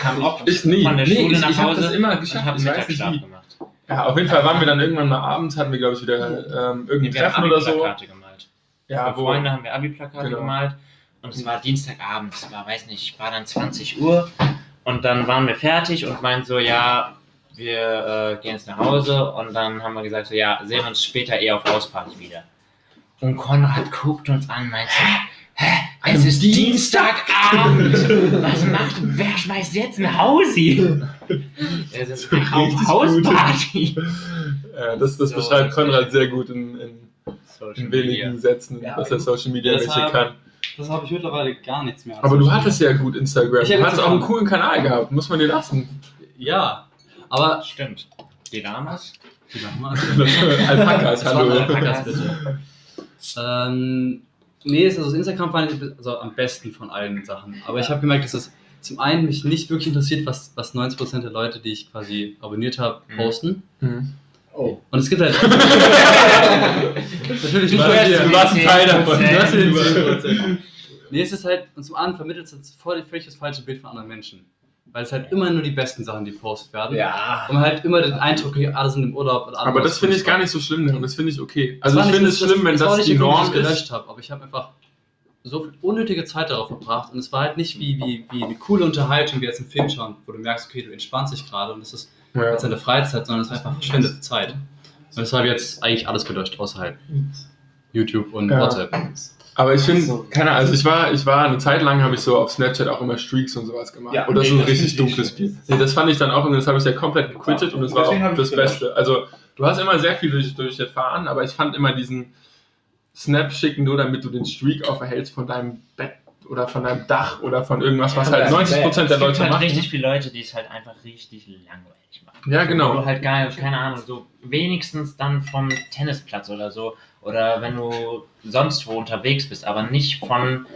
F: Kam auch
B: Ich nie.
F: Von der
B: Nee,
F: Schule
B: ich-
F: nach
B: ich hab
F: Hause
B: das immer
F: und
B: geschafft,
F: hab
B: ich weiß nicht
F: Mittagsschlaf
B: wie.
F: gemacht.
B: Ja, auf jeden Fall waren wir dann irgendwann mal abends, hatten wir glaube ich wieder ähm, irgendein
F: Wir haben
B: Treffen oder so.
F: Abi-Plakate gemalt.
B: Ja,
F: Für
B: wo,
F: Freunde haben wir Abi-Plakate
B: Genau.
F: gemalt. Und es war Dienstagabend, es war, weiß nicht, war dann 20 Uhr. Und dann waren wir fertig und meinten so, ja, wir äh, gehen jetzt nach Hause. Und dann haben wir gesagt so, ja, sehen uns später eh auf Hausparty wieder. Und Konrad guckt uns an, meint so, hä, es
B: Am
F: ist Dienstagabend. Was macht, wer schmeißt jetzt ein Hausi? Es ist auf
B: richtig
F: Hausparty.
B: äh, das, das
F: So,
B: beschreibt
F: das-
B: Konrad sehr gut in, in, in wenigen Sätzen,
A: Ja,
B: dass er Social Media
A: Ja,
B: welche
A: deshalb-
B: kann.
A: Das habe ich mittlerweile gar nichts mehr.
B: Aber du hattest ja gut Instagram,
A: Ich hab
B: du hattest auch einen
A: Instagram.
B: coolen Kanal gehabt, muss man dir lassen.
A: Ja, aber.
F: Stimmt. Die Lamas?
B: Alpakas,
A: Das war
B: hallo.
A: ein Podcast, bitte. ähm, nee, also das Instagram fand ich also am besten von allen Sachen. Aber ich habe gemerkt, dass es zum einen mich nicht wirklich interessiert, was, was 90% der Leute, die ich quasi abonniert habe,
F: Mhm.
A: posten.
B: Mhm.
D: Oh.
A: Und es gibt halt. Natürlich
B: Du
A: nicht
B: warst,
A: bei
B: du
A: dir.
B: warst ein Teil davon.
A: Du hast den
B: Du
A: 10%. Nee, es ist halt, und zum anderen vermittelt es uns voll, völlig das falsche Bild von anderen Menschen. Weil es halt immer nur die besten Sachen, die postet werden.
D: Ja.
A: Und man halt immer den Eindruck, kriegt, alle sind im Urlaub und alle
B: aber
A: machen
B: das finde ich
A: Fußball.
B: gar nicht so schlimm, Leon. das finde ich okay. Also ich
A: war
B: finde
A: nicht-
B: es schlimm, wenn
A: war
B: das
A: nicht
B: die
A: so gut,
B: Norm
A: dass ich es
B: ist.
A: gelöscht habe, aber ich habe einfach so viel unnötige Zeit darauf verbracht und es war halt nicht wie, wie, wie eine coole Unterhaltung, wie jetzt einen Film schauen, wo du merkst, okay, du entspannst dich gerade und das ist
B: Ja.
A: jetzt deine Freizeit, sondern es war einfach verschwendete Zeit. Und deshalb habe ich jetzt eigentlich alles gelöscht, außer halt YouTube und
B: Ja.
A: WhatsApp.
B: Aber ich finde, keine Ahnung, also ich war, ich war eine Zeit lang habe ich so auf Snapchat auch immer Streaks und sowas gemacht.
D: Ja,
B: Oder
D: nee,
B: so ein
D: das
B: richtig
D: finde ich
B: dunkles
D: nicht
B: Bier. Nee, das fand ich dann auch und das habe ich ja komplett gequittet und das war
D: Deswegen
B: auch
D: habe
B: das
D: ich gedacht.
B: Beste. Also du hast immer sehr viel durch, durch erfahren, aber ich fand immer diesen Snap schicken, nur damit du den Streak auferhältst von deinem Bett oder von deinem Dach oder von irgendwas, was
D: Von
B: halt
D: deinem
B: 90%
D: Bett.
B: der
F: Es gibt
B: Leute
F: halt
B: machen.
F: richtig viele Leute, die es halt einfach richtig langweilig machen.
B: Ja, genau.
F: Wo du halt geil, keine Ahnung, so wenigstens dann vom Tennisplatz oder so. Oder wenn du sonst wo unterwegs bist, aber nicht von,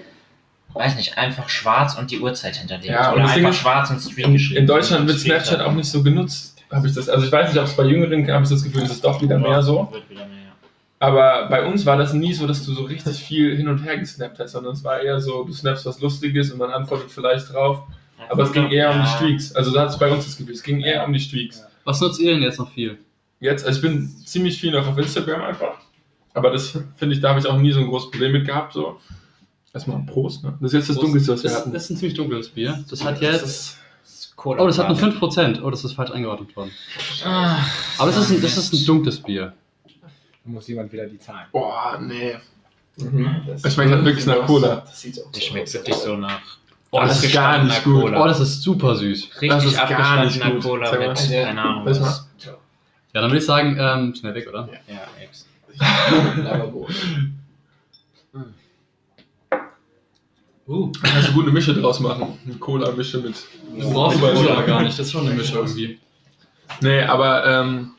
F: weiß nicht, einfach schwarz und die Uhrzeit hinterlegt.
B: Ja, und
F: oder
B: das Ding
F: einfach
B: ist,
F: schwarz und Stream
B: In,
F: geschrieben.
B: in Deutschland wird
F: Steht
B: Snapchat
F: da.
D: halt.
B: auch nicht so genutzt, habe ich das. Also ich weiß nicht, ob es bei Jüngeren habe ich das Gefühl, es ist doch wieder mehr so.
F: Wird wieder mehr, ja.
B: Aber bei uns war das nie so, dass du so richtig viel hin und her gesnappt hast, sondern es war eher so, du snappst was Lustiges und man antwortet vielleicht drauf. Aber es ging eher um die Streaks. Also da hat es bei uns das Gefühl, es ging eher um die Streaks.
A: Was nutzt ihr denn jetzt noch viel?
B: Jetzt, also ich bin ziemlich viel noch auf Instagram einfach. Aber das finde ich, da habe ich auch nie so ein großes Problem mit gehabt. So. Erstmal Prost, ne? Das ist jetzt das Dunkelste, was wir
A: das,
B: hatten.
A: das ist ein ziemlich dunkles Bier. Das hat
B: Das
A: jetzt.
B: ist-
A: Oh, das hat nur 5%. Oh, das ist falsch eingeordnet worden.
F: Ach,
A: Aber das ist ein, das ist ein dunkles Bier.
D: Da muss jemand wieder die zahlen.
B: Boah, nee.
D: Das-
B: Ich meine, das hat wirklich nach Cola.
D: Das sieht auch
F: das schmeckt wirklich so nach.
B: Oh, das ist gar nicht
F: abgestandener
B: gut.
A: Oh, das ist super süß.
F: Richtig
B: Das ist gar nicht
F: abgestandener
B: gut.
F: Cola
B: Sag mal.
F: mit, keine Ahnung,
B: Lass mal.
F: was.
A: Ja, dann würde ich sagen, ähm, schnell weg, oder?
F: Ja, Ex.
A: Uh.
B: Da kannst du gut eine Mische draus machen. Eine Cola-Mische mit.
A: Du brauchst
B: Überall
A: Cola
B: so.
A: gar nicht, das ist schon eine Mischung irgendwie.
B: Nee, aber, ähm,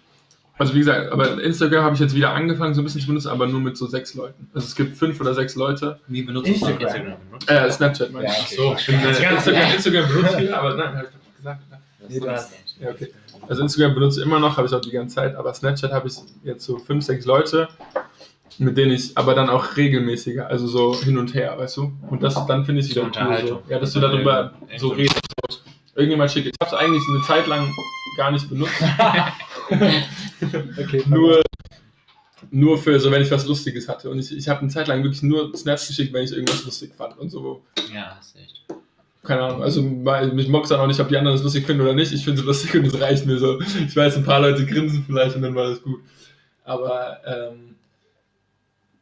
B: also wie gesagt, aber Instagram habe ich jetzt wieder angefangen, so ein bisschen zu benutzen, aber nur mit so sechs Leuten. Also es gibt fünf oder sechs Leute.
A: Wie benutzt
D: Echt?
A: man das?
F: Instagram.
B: Äh, Snapchat meine
D: Ja,
B: ich.
D: okay.
A: So,
B: Ich bin, äh, Instagram, Instagram benutze ich wieder, aber nein, habe ich doch gesagt. ne?
D: Nee, du hast-
B: Ja, okay. Also Instagram benutze ich immer noch, habe ich auch die ganze Zeit, aber Snapchat habe ich jetzt so fünf, sechs Leute, mit denen ich aber dann auch regelmäßiger, also so hin und her, weißt du? Und das dann finde ich
F: Zur
B: wieder cool.
F: Unterhaltung.
B: So. Ja, dass du darüber
F: Echt
B: so
F: so.
B: redest. Irgendjemand schickt. Ich habe es eigentlich eine Zeit lang gar nicht benutzt.
D: Okay,
B: nur, nur für so, wenn ich was Lustiges hatte. Und ich, ich habe eine Zeit lang wirklich nur Snaps geschickt, wenn ich irgendwas lustig fand und so.
F: Ja, hast echt.
B: Keine Ahnung, also weil mich mockt dann auch nicht, ob die anderen es lustig finden oder nicht. Ich finde es lustig und es reicht mir so. Ich weiß, ein paar Leute grinsen vielleicht und dann war das gut. Aber, ähm,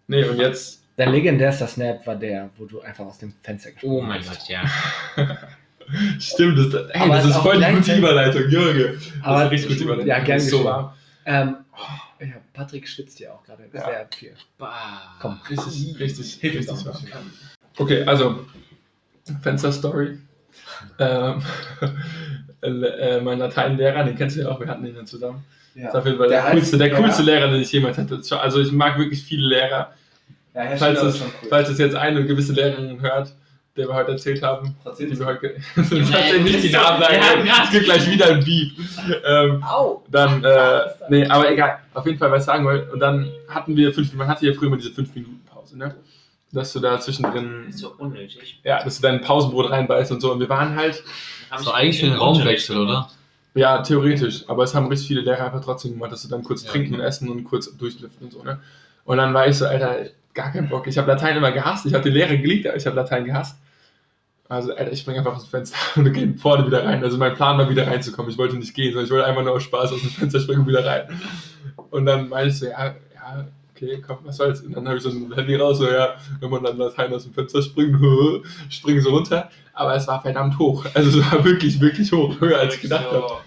B: nee, und jetzt,
D: Dein legendärster Snap war der, wo du einfach aus dem Fenster
F: Oh
D: gesprungen
F: mein
D: bist.
F: Gott, ja.
B: stimmt, das, ey,
D: Aber
B: das
D: es
B: ist
D: auch
B: voll die gute
D: gleichzeitig-
B: Überleitung, Jürgen. Das ist eine richtig gute Überleitung.
D: Ja, gerne
B: Ist so Oh.
D: geschehen.
B: warm.
D: Ähm, ja, Patrick schwitzt ja auch gerade sehr viel.
F: Bah.
D: Komm.
B: Richtig, richtig,
D: Hilf
B: richtig
D: uns doch.
B: warm. Okay, also Fenster Story. Ähm, äh, mein Lateinlehrer, den kennst du ja auch, wir hatten ihn ja zusammen.
D: Ja.
B: Das ist auf jeden Fall
D: Der
B: der, coolste, der
D: heißt-
B: coolste Lehrer, den ich jemals hatte. Also ich mag wirklich viele Lehrer.
D: Ja, Herr
B: Falls
D: Schiller
B: es,
D: ist schon cool.
B: falls es jetzt eine gewisse Lehrerin hört, der wir heute erzählt haben, die wir heute ge-
F: Junge,
B: tatsächlich nicht die Namen
F: wir haben
B: sagen,
F: grad-
B: es gibt gleich wieder ein Beep. Ähm,
C: Au!
B: dann, äh, nee, aber egal, auf jeden Fall, was ich sagen wollte. Und dann hatten wir fünf, man hatte ja früher immer diese fünf Minuten Pause, ne? Dass du da zwischendrin,
F: ist so unnötig.
B: ja, dass du dein Pausenbrot reinbeißt und so. Und wir waren halt,
F: Hab
A: So
F: ich
A: eigentlich für einen
F: im
A: Raumwechsel,
F: Unterricht
A: oder?
B: ja, theoretisch, aber es haben richtig viele Lehrer einfach trotzdem gemacht, dass du dann kurz
A: Ja.
B: trinken und essen und kurz durchlüften und so, ne? Und dann war ich so, Alter, gar keinen Bock. Ich habe Latein immer gehasst. Ich habe den Lehrer geliebt, aber ich habe Latein gehasst. Also, Alter, ich spring einfach aus dem Fenster und gehe vorne wieder rein. Also, mein Plan war, wieder reinzukommen. Ich wollte nicht gehen, sondern ich wollte einfach nur aus Spaß aus dem Fenster springen und wieder rein. Und dann meinte ich so, ja, ja, okay, komm, was soll's. Und dann habe ich so ein Handy raus, so, ja, wenn man dann Latein aus dem Fenster springt, springe so runter. Aber es war verdammt hoch. Also, es war wirklich, wirklich hoch. Höher, als ich gedacht habe.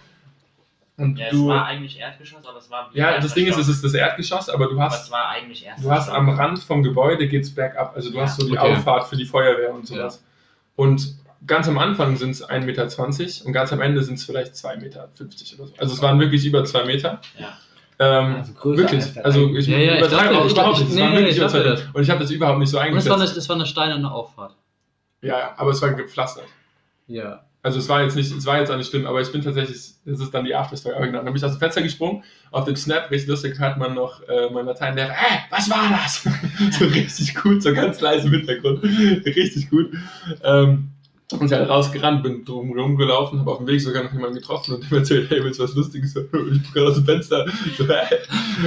B: Und
F: Ja, es
B: du,
F: war eigentlich Erdgeschoss, aber es war.
B: ja, das Ding ist, es ist das Erdgeschoss, aber du
F: Aber
B: hast
F: es war eigentlich erst.
B: Du hast am Rand vom Gebäude geht's bergab. Also du
F: Ja.
B: hast so die
A: Okay.
B: Auffahrt für die Feuerwehr und sowas. Und ganz am Anfang sind es 1,20 Meter und ganz am Ende sind es vielleicht 2,50 Meter oder so. Also es waren wirklich über 2 Meter.
F: Ja.
B: Ähm,
D: Also größer als
B: wirklich.
D: der
B: Also ich
A: Ja, ja, ich
B: übertreibe
A: dachte-
B: auch
A: ich
B: überhaupt
A: dachte-
B: nicht. Es
A: nee,
B: waren
A: nee,
B: wirklich
A: ich
B: über
A: dachte
B: 2
A: das.
B: Meter. Und ich habe das überhaupt nicht so
A: Und es war eine,
B: eingeschätzt.
A: es war eine steinerne Auffahrt.
B: Ja, ja, aber es war gepflastert.
A: Ja.
B: Also es war jetzt nicht, es war jetzt auch nicht schlimm, aber ich bin tatsächlich, das ist dann die Afterstory. Aber genau, dann bin ich aus dem Fenster gesprungen, auf dem Snap, richtig lustig, hört man noch äh, mein Lateinlehrer, äh, was war das? so richtig cool, so ganz leise im Hintergrund, richtig gut. Ähm, und ich halt rausgerannt, bin drum rumgelaufen, habe auf dem Weg sogar noch jemanden getroffen und dem erzählt, hey, willst du was Lustiges? So, Ich bin gerade aus dem Fenster. So, äh.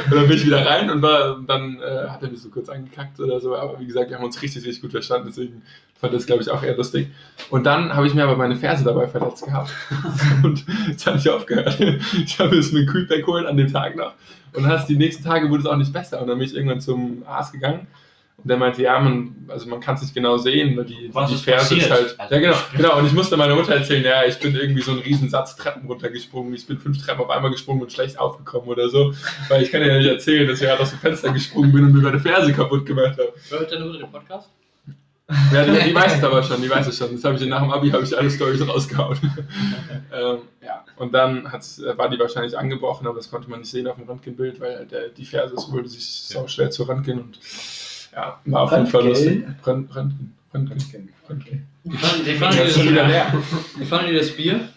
B: Und dann bin ich wieder rein und war, dann äh, hat er mich so kurz angekackt oder so, aber wie gesagt, wir haben uns richtig, richtig gut verstanden, deswegen fand das, glaube ich, auch eher lustig. Und dann habe ich mir aber meine Ferse dabei verletzt gehabt. Und jetzt habe ich aufgehört. Ich habe jetzt einen Kühlpack holen an dem Tag noch. Und dann hast die nächsten Tage wurde es auch nicht besser. Und dann bin ich irgendwann zum Arzt gegangen. Und der meinte, ja, man, also man kann es nicht genau sehen, weil die,
F: Was
B: die
F: ist
B: Ferse
F: passiert?
B: ist halt.
F: Also
B: ja, genau,
F: ich-
B: genau. Und ich musste meiner Mutter erzählen, ja, ich bin irgendwie so einen riesen Satz Treppen runtergesprungen. Ich bin fünf Treppen auf einmal gesprungen und schlecht aufgekommen oder so. Weil ich kann ja nicht erzählen, dass ich gerade aus dem Fenster gesprungen bin und mir meine Ferse kaputt gemacht habe.
A: Hört deine Mutter den Podcast?
B: Ja, die, die weiß es aber schon, die weiß es schon. Das habe ich nach dem Abi habe ich alle Storys rausgehauen. ähm, ja. Und dann hat's, äh, war die wahrscheinlich angebrochen, aber das konnte man nicht sehen auf dem Röntgenbild, weil halt der, die Ferse es wurde sich so schwer zu Röntgen und ja, war auf jeden Fall lustig. Röntgen, Röntgen, Röntgen. Röntgen.
A: Wie fanden wie fanden
B: Ja, ist schon
A: die
B: wieder
A: das-
B: leer.
A: wie fanden die das Bier?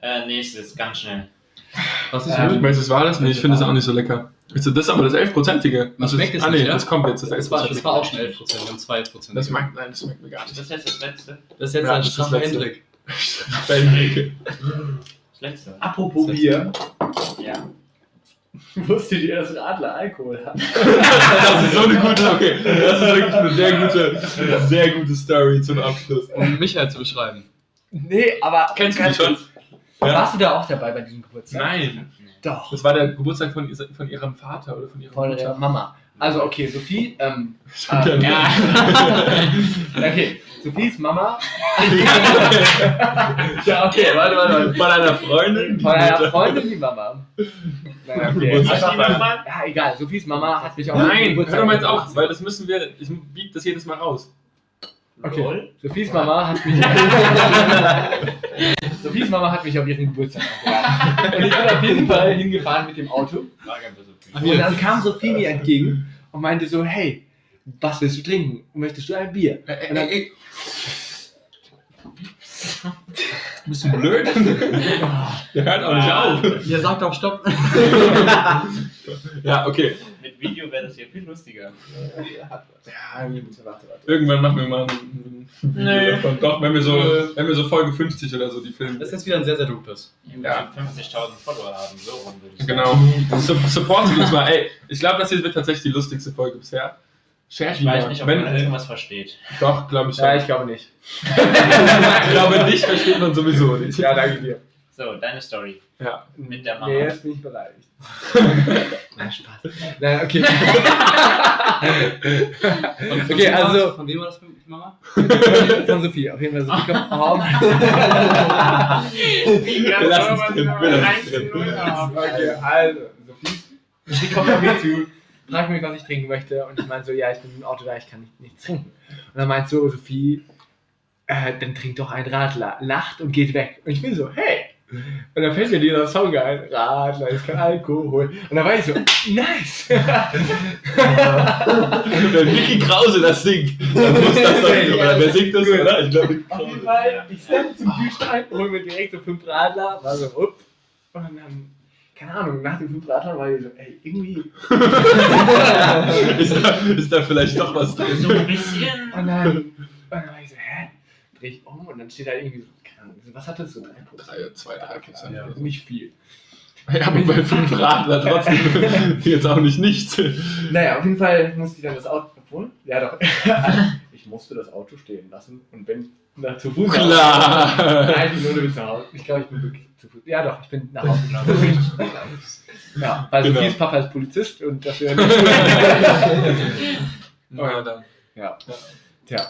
F: Äh, nächstes, ganz schnell.
A: Was ist
B: Ich
A: ähm,
B: weiß, es war das? Nee, ich finde es auch nicht so lecker. Ist das- das ist aber das 11-prozentige?
A: Man schmeckt es
B: ah, nee,
A: nicht, ja?
B: das kommt jetzt, das
A: das, war,
B: 11-prozentige.
A: das war auch schon 11%, wir haben 2%.
B: Das schmeckt, nein, das schmeckt mir gar
F: Ist
B: nicht.
F: das jetzt das letzte?
A: Das ist jetzt
B: Ja,
A: ein
B: das ist das
A: straffer
B: Letzte.
A: Hendrik.
F: Das letzte.
D: Apropos Bier,
F: Ja.
D: wusstet ihr, dass Radler Alkohol hat?
B: Das ist so eine gute, okay. Das ist wirklich eine sehr gute, sehr gute Story zum Abschluss.
A: Um Michael zu beschreiben.
D: Nee, aber.
B: Kennst du mich schon? Ja.
D: Warst du da auch dabei bei diesem Geburtstag?
B: Nein.
D: Doch.
B: Das war der Geburtstag von, ihr- von ihrem Vater oder von ihrer
D: Von der
B: Mutter.
D: Mama. Also, okay, Sophie, ähm.
B: Stimmt ja nicht.
D: Okay, Sophies Mama. ja, okay, warte, warte, warte.
B: Von einer Freundin. die
D: Von einer
B: Mutter.
D: Freundin, die Mama. Naja, okay.
B: Geburtstag.
D: Ja, egal, Sophies Mama hat mich auch.
B: Nein, hör doch mal jetzt
D: auch.
B: auf, weil das müssen wir, ich biege das jedes Mal raus.
D: Okay. Sophies Mama hat mich. Sophies Mama hat mich auf ihren Geburtstag eingeladen. Und ich bin auf jeden Fall hingefahren mit dem Auto. Und dann kam Sophie mir entgegen und meinte so: Hey, was willst du trinken? Möchtest du ein Bier? Und dann,
B: Bist du blöd? Der hört auch nicht auf.
A: Ihr sagt auch Stopp.
B: Ja, okay.
F: Mit Video wäre das hier viel lustiger.
D: ja, warte, warte.
B: Irgendwann machen wir mal ein ein Video
A: Nee.
B: davon. Doch, wenn wir, so, wenn wir so Folge 50 oder so die filmen.
A: Das ist jetzt wieder ein sehr, sehr dupes.
B: Ja.
F: 50.000 Follower haben, so rum würde ich sagen.
B: Genau. Su supportet uns mal. Ey, ich glaube, das hier wird tatsächlich die lustigste Folge bisher. Share
F: Ich weiß nicht, ob man
B: Wenn,
F: irgendwas versteht.
B: doch, glaube ich schon.
D: Ja, ich glaube nicht.
B: ich glaube, dich versteht man sowieso nicht.
D: Ja, danke dir.
F: So, deine Story.
B: Ja.
F: Mit der Mama.
D: Nee, jetzt bin ich beleidigt. Na, Spaß. Nein, okay.
A: Und von
D: Okay,
A: wem war-
D: also-
A: Von wem war das für die Mama?
D: Von Sophie, auf jeden Fall. Sophie kommt oh, Mann.
B: Wir lassen es drin. Wir lassen es drin.
D: Okay, also, Sophie, sie kommt auf mich zu, fragt mich, was ich trinken möchte. Und ich meine so, ja, ich bin im Auto da, ich kann nicht, nichts trinken. Und dann meint so, Sophie, äh, dann trink doch einen Radler. Lacht und geht weg. Und ich bin so, hey, Und dann fällt mir dieser Song ein, Radler ist kein Alkohol. Und dann war ich so, nice!
A: Wenn Mickey Krause das singt, dann muss das sein. Oder wer singt das? Oder? Ich glaube, Mickey
D: Auf jeden
A: Krause.
D: Fall, ich stand zum Kühlschrank, hol mir direkt so fünf Radler, war so, upp. Und dann, keine Ahnung, nach den fünf Radlern war ich so, ey, irgendwie.
A: ist, da, ist da vielleicht doch was
C: So
A: drin?
C: ein bisschen.
D: Und dann, und dann war ich so, hä? Dreh ich um und dann steht da irgendwie so, keine Ahnung, was hat das so? Drei Punkte?
B: Drei, zwei, drei Prozent.
A: Ja.
D: Nicht viel.
B: Ja, aber bei fünf Radler trotzdem jetzt auch nicht nichts.
D: Naja, auf jeden Fall musste ich dann das Auto. Obwohl? Ja, doch. ich musste das Auto stehen lassen und bin nach zu Fuß.
B: Klar.
D: Nein, nur bis nach Hause. Ich glaube, ich bin wirklich zu Fuß. Ja, doch, ich bin nach Hause gelaufen. ja, weil
B: Genau.
D: Sophies Papa ist Polizist und dafür.
B: Ja, dann.
D: ja.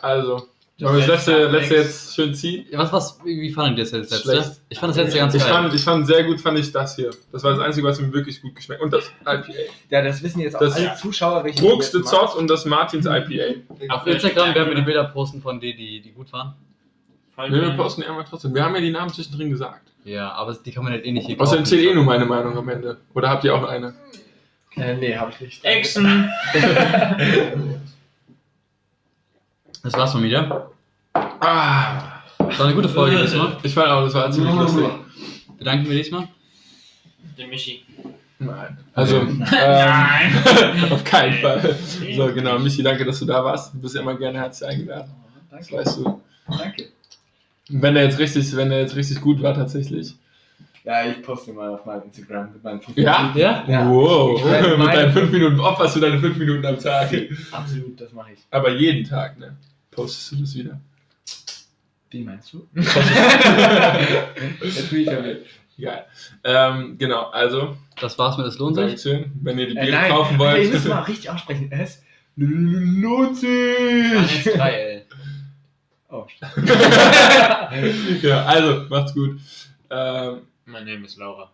B: Also, wollen wir das letzte, letzte jetzt schön ziehen?
A: Ja, was, was, wie fandet ihr das jetzt letzte?
B: Schlecht.
A: Ich fand das letzte ganz
B: Ich
A: geil.
B: fand, ich fand sehr gut, fand ich das hier. Das war das Einzige, was mir wirklich gut geschmeckt Und das IPA.
D: ja, das wissen jetzt auch
B: Das-
D: alle Zuschauer, welche.
B: Brooks de
D: jetzt machen.
B: Zott und das Martins IPA.
A: Auf Instagram werden wir die Bilder posten von denen, die, die gut waren.
B: Nee, wir posten die einmal trotzdem. Wir haben ja die Namen zwischendrin gesagt.
A: Ja, aber die kann man halt eh nicht hier
B: Außerdem
A: kaufen.
B: zählt eh nur meine Meinung am Ende. Oder habt ihr auch eine?
D: Äh, nee, habe ich nicht.
F: Action!
A: Das war's von mir. ja?
B: Ah,
A: Das war eine gute Folge diesmal.
B: ich fand auch, das war Mhm. ziemlich lustig.
A: Bedanken wir diesmal.
F: Den Michi.
B: Nein. Also, ähm,
F: Nein!
B: auf keinen Fall. So, genau. Michi, danke, dass du da warst. Du bist ja immer gerne herzlich eingeladen. Das
D: Danke.
B: weißt du.
D: Danke.
B: Wenn der jetzt richtig, wenn der jetzt richtig gut war, tatsächlich.
D: Ja, ich poste mal auf meinem Instagram mit meinem Profil.
B: Ja?
A: Ja?
D: Ja.
B: Wow.
D: Ich meine,
B: Mit deinen
D: meine-
B: fünf Minuten opferst du deine fünf Minuten am Tag.
D: Absolut, das mache ich.
B: Aber jeden Tag, ne? Postest du das wieder?
D: Wie meinst du? Jetzt bin ich verwirrt.
B: Egal. Ähm, genau, also,
A: Das war's mit Es lohnt sich.
B: Dankeschön. Wenn ihr die
D: Äh,
B: Biere
D: nein,
B: kaufen
D: Alter,
B: wollt.
D: ihr müsst mal richtig aussprechen. Es lohnt
F: Eins,
D: sich.
F: drei, ey.
D: Oh, shit.
B: ja, also, macht's gut. Ähm,
F: Mein Name ist Laura.